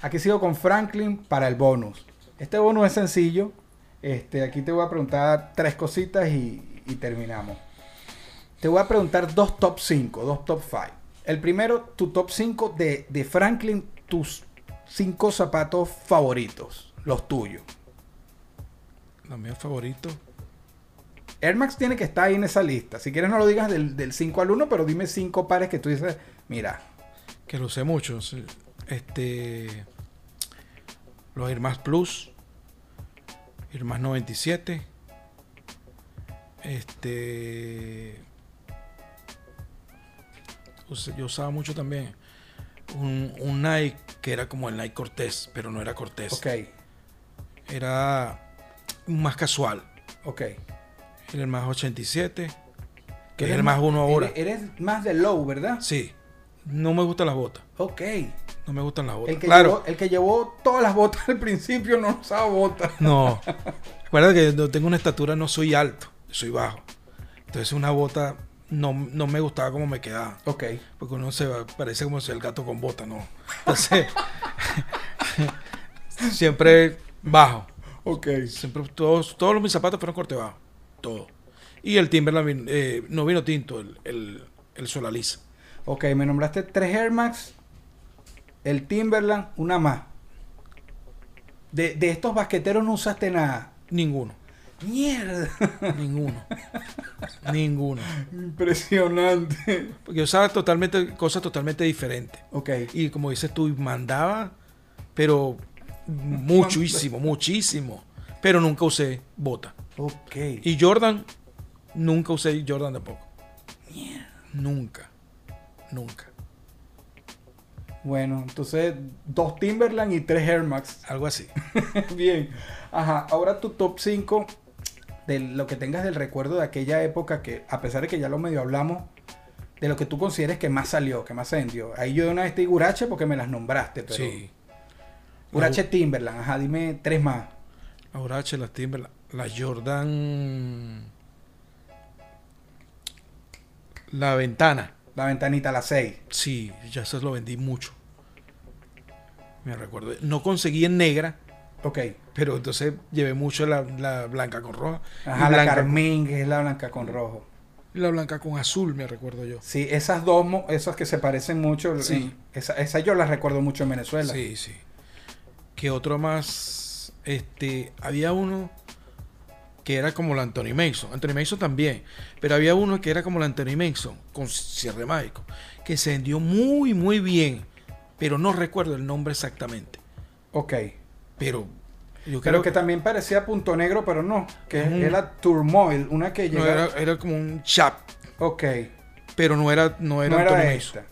Aquí sigo con Franklin para el bonus. Este bonus es sencillo. Este, aquí te voy a preguntar tres cositas y, y terminamos. Te voy a preguntar dos top 5, dos top 5. El primero, tu top 5 de, de Franklin, tus cinco zapatos favoritos, los tuyos. Los míos favoritos. Air Max tiene que estar ahí en esa lista. Si quieres no lo digas del, 5 al 1, pero dime 5 pares que tú dices, mira. Que lo usé mucho. sí. Este. Los Air Max Plus. Air Max 97. Este. usé- Yo usaba mucho también un, un Nike que era como el Nike Cortés, pero no era Cortés. Ok, Era más casual. ok. Era el más 87. Que es Eres el más uno ahora. Eres, eres más de low, ¿verdad? Sí. No me gustan las botas. Ok. No me gustan las botas. El que, claro. llevó, el que llevó todas las botas al principio no usaba botas. No. Recuerda que yo tengo una estatura, no soy alto, soy bajo. Entonces una bota no, no me gustaba como me quedaba. Ok. Porque uno se va- parece como si el gato con bota, ¿no? Entonces, siempre bajo. Ok. Siempre, todos, todos mis zapatos fueron corte bajo. Todo. Y el Timberland vin- eh, no vino tinto, el, el, el Solaliza. Ok, me nombraste tres Air Max, el Timberland, una más. De, de estos basqueteros no usaste nada. Ninguno. Mierda. Ninguno. ninguno. Impresionante. Porque yo usaba totalmente, cosas totalmente diferentes. Ok. Y como dices tú, mandaba, pero muchísimo, muchísimo. Pero nunca usé bota. Ok. Y Jordan, nunca usé Jordan tampoco. Nunca. Nunca. Bueno, entonces dos Timberland y tres Air Max. Algo así. Bien. Ajá, ahora tu top 5 de lo que tengas del recuerdo de aquella época que, a pesar de que ya lo medio hablamos, de lo que tú consideres que más salió, que más se vendió. Ahí yo de una vez te digo Urache porque me las nombraste, pero... Sí. Urache Timberland, ajá, dime tres más. La Urache, la Timberland, la Jordan. La ventana. La ventanita, la 6. Sí, ya se lo vendí mucho. Me recuerdo. No conseguí en negra. Ok. Pero entonces llevé mucho la, la blanca con roja. Ajá, Y la blanca- Carmín, que es la blanca con rojo. y La blanca con azul, me recuerdo yo. Sí, esas dos, mo- esas que se parecen mucho. eh, Sí. Esa- Esas yo las recuerdo mucho en Venezuela. Sí, sí. Que otro más. Este. Había uno que era como la Anthony Mason. Anthony Mason también. Pero había uno que era como la Anthony Mason. Con cierre mágico. Que se vendió muy, muy bien. Pero no recuerdo el nombre exactamente. Ok. Pero. Yo creo Creo que también parecía punto negro, pero no. Que Ujú. era Turmoil, una que no, llegaba. era, era como un chap. Ok. Pero no era, no era no Anthony era Mason. esta.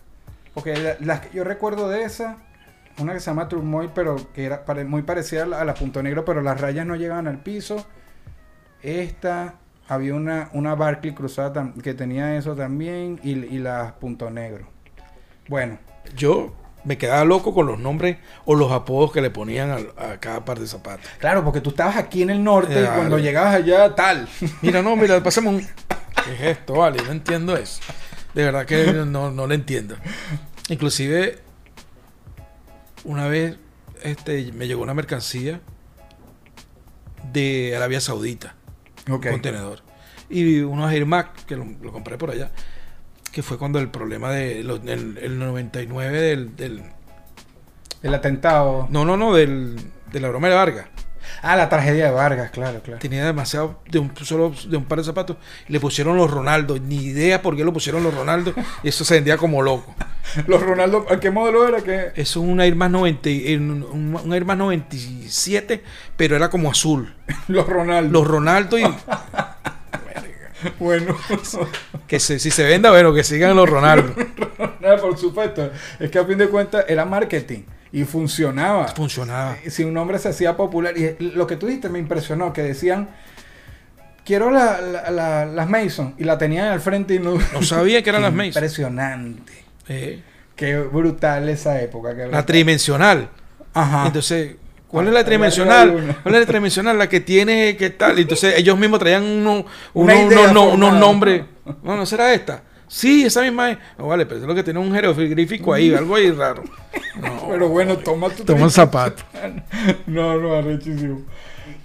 Ok, la- las que yo recuerdo de esa, una que se llama Turmoil, pero que era pare- muy parecida a la, a la punto negro, pero las rayas no llegaban al piso. Esta, había una, una Barclay cruzada tam- que tenía eso también, y, y las punto negro. Bueno, Yo me quedaba loco con los nombres o los apodos que le ponían al- a, cada par de zapatos. claro, porque tú estabas aquí en el norte y Claro. cuando llegabas allá, tal. Mira, no, mira, pasemos un... ¿Qué es esto, vale? No entiendo eso. De verdad que no, no lo entiendo. Inclusive, una vez este, me llegó una mercancía de Arabia Saudita, Ok. un contenedor. Y unos Air Max, que lo, lo compré por allá, que fue cuando el problema de los- del el 99 del, del... El atentado. No, no, no, del, de la broma de Vargas. Ah, la tragedia de Vargas, claro, claro. tenía demasiado de un solo de un par de zapatos le pusieron los Ronaldo ni idea por qué lo pusieron los Ronaldo y eso se vendía como loco Los Ronaldo, ¿a ¿qué modelo era que? eso es un Air Max 90 y- un, un- un Air Max 97 pero era como azul Los Ronaldo. los Ronaldo y Bueno. que se- si se venda bueno que sigan los Ronaldo No, por supuesto. Es que a fin de cuentas era marketing y funcionaba. funcionaba Si un hombre se hacía popular. Y lo que tú dijiste me impresionó, que decían, quiero la- la- la- las Mason. Y la tenían al frente y no... no sabía que eran las Mason Impresionante. Eh, Qué brutal esa época. qué la brutal. tridimensional Ajá. entonces ¿Cuál Ah, es la ahí arriba hay tridimensional? una. ¿Cuál es la tridimensional? La que tiene, que tal. Y Entonces ellos mismos traían uno- uno- Una idea uno- uno- unos formada. nombres. No, no será esta. Sí, esa misma es. No, vale, pero es lo que tiene un jeroglífico ahí, algo ahí raro. No, Pero bueno, toma tu toma el zapato. No, no, arrechísimo.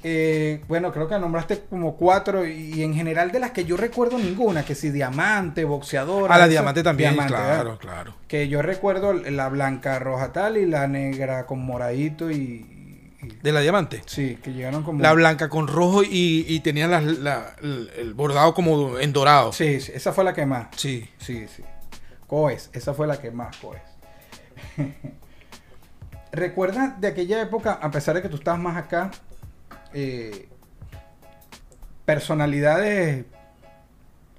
Eh, bueno, creo que nombraste como cuatro y, y en general de las que yo recuerdo ninguna, que si diamante, boxeadora. A Ah, la eso- diamante también, Diamante, ¿eh? claro, ¿verdad? claro. Que yo recuerdo la blanca roja tal y la negra con moradito y... y- De la diamante. sí, que llegaron como... La blanca con rojo y, y tenía las- la- el el bordado como en dorado. Sí. Sí, sí, esa fue la que más. Sí, sí. Coes, esa fue la que más Coes. ¿Recuerdas de aquella época, a pesar de que tú estabas más acá, eh, personalidades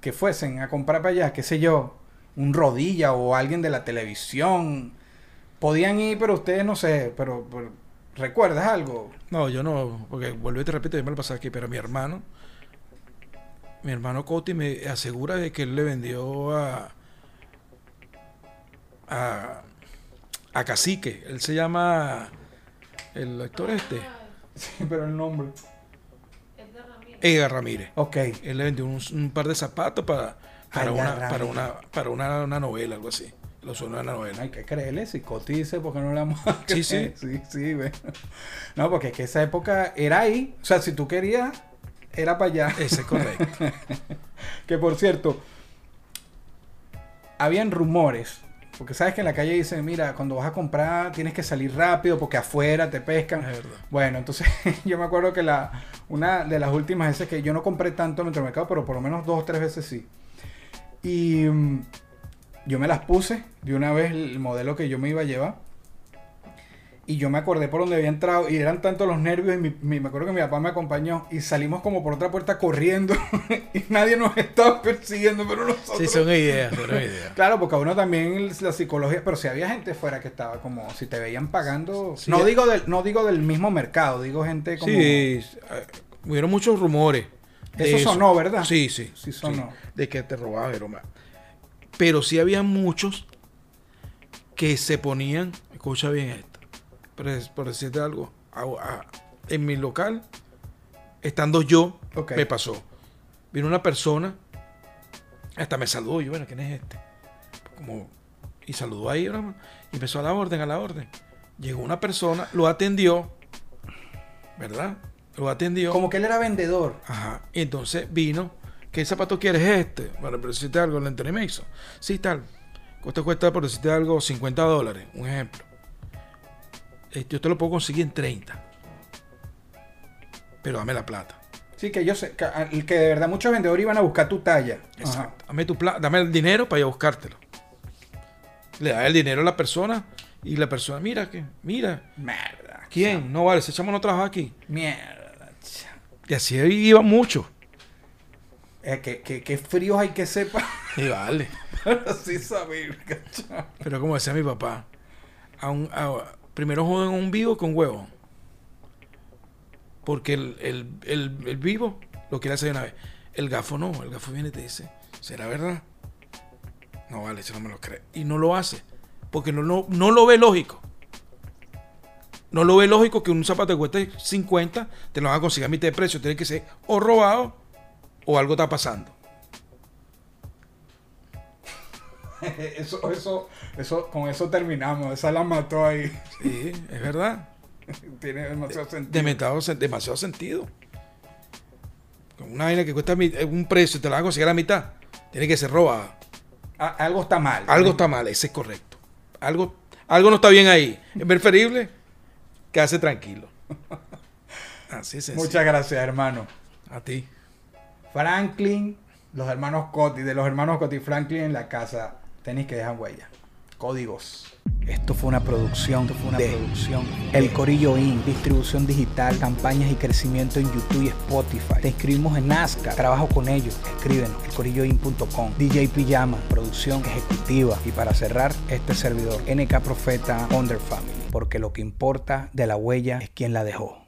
que fuesen a comprar para allá, qué sé yo, un rodilla o alguien de la televisión? Podían ir, pero ustedes no sé, pero, pero, ¿recuerdas algo? No, yo no, porque vuelvo y te repito, yo me lo pasaba aquí, pero mi hermano, mi hermano Coti me asegura de que él le vendió a, a, a Cacique, él se llama, el actor este, Sí, pero el nombre. Edgar Ramírez. Ok. Él le vendió un, un par de zapatos para, para, Edgar una, para, Ramírez. una, para una, una novela, algo así. Lo suena una novela. Hay que creerle, si cotice, porque no le vamos a Sí, creer? sí. sí, sí, bueno. No, porque es que esa época era ahí. O sea, si tú querías, era para allá. Ese es correcto. Que por cierto, habían rumores. Porque sabes que en la calle dicen, mira, cuando vas a comprar tienes que salir rápido porque afuera te pescan. Es verdad. Bueno, entonces yo me acuerdo que la, una de las últimas veces que yo no compré tanto en el mercado, pero por lo menos dos o tres veces sí. Y mm, yo me las puse de una vez el modelo que yo me iba a llevar. Y yo me acordé por donde había entrado y eran tantos los nervios y mi- mi- me acuerdo que mi papá me acompañó y salimos como por otra puerta corriendo y nadie nos estaba persiguiendo, pero nosotros... Sí, son ideas, son ideas. Claro, porque a uno también la psicología, pero si había gente fuera que estaba como, si te veían pagando, Sí. eh, no digo del, no digo del mismo mercado, digo gente como, Sí, eh, hubieron muchos rumores. de Eso sonó, ¿verdad? Sí, sí. Sí sonó. De que te robaban y broma. Pero sí había muchos que se ponían, escucha bien esto, por, es- por decirte algo, a- a- en mi local, estando yo, Ok. me pasó. Vino una persona, hasta me saludó, y yo, bueno, ¿quién es este? Como, y saludó ahí, broma, y empezó a la orden, a la orden. Llegó una persona, lo atendió, ¿verdad? Lo atendió. como que él era vendedor. Ajá. Y entonces vino, ¿qué zapato quieres este? Bueno, pero decirte algo, el Anthony Mason. Sí, tal. Cuesta, cuesta, por decirte algo, 50 dólares, un ejemplo. Este, yo te lo puedo conseguir en 30. Pero dame la plata. Sí, que yo sé, que, a- que de verdad muchos vendedores iban a buscar tu talla. Ajá. Exacto. Dame, tu pla- dame el dinero para ir a buscártelo. Le da el dinero a la persona y la persona, mira, que, mira, Mierda. ¿quién? No vale, ese chamo no trabaja aquí. Mierda. cha. Y así iba mucho. Eh, que, que, que fríos hay que sepa Y vale. para así saber, ¿cachai? Pero como decía mi papá, a un- a- primero joden a un vivo con huevo. Porque el, el- el- el vivo lo quiere hacer de una vez. El gafo no, el gafo viene y te dice, ¿será verdad? No vale, eso no me lo cree. Y no lo hace. Porque no, no, no lo ve lógico. No lo ve lógico que un zapato que cueste 50 te lo van a conseguir a mitad de precio. Tiene que ser o robado o algo está pasando. Eso, eso, eso, con eso terminamos. Esa la mató ahí. Sí, es verdad. Tiene demasiado sentido. demasiado, sen- demasiado sentido. Con Una vaina que cuesta mi- eh, un precio y te la van a conseguir a la mitad. Tiene que ser robada. A- Ah, algo está mal. Algo está mal, ese es correcto. Algo, algo no está bien ahí. Es preferible quedarse tranquilo. Así es. Muchas gracias, hermano. A ti. Franklin, los hermanos Cody, de los hermanos Cody Franklin en la casa. Tenéis que dejar huella. Códigos. Esto fue una producción. Esto fue una producción. El Corillo Inc. Distribución digital, campañas y crecimiento en YouTube y Spotify. Te inscribimos en Nazca. Trabajo con ellos. Escríbenos. Elcorilloin.com. DJ Pijama. Producción ejecutiva. Y para cerrar, este servidor. NK Profeta Under Family. Porque lo que importa de la huella es quien la dejó.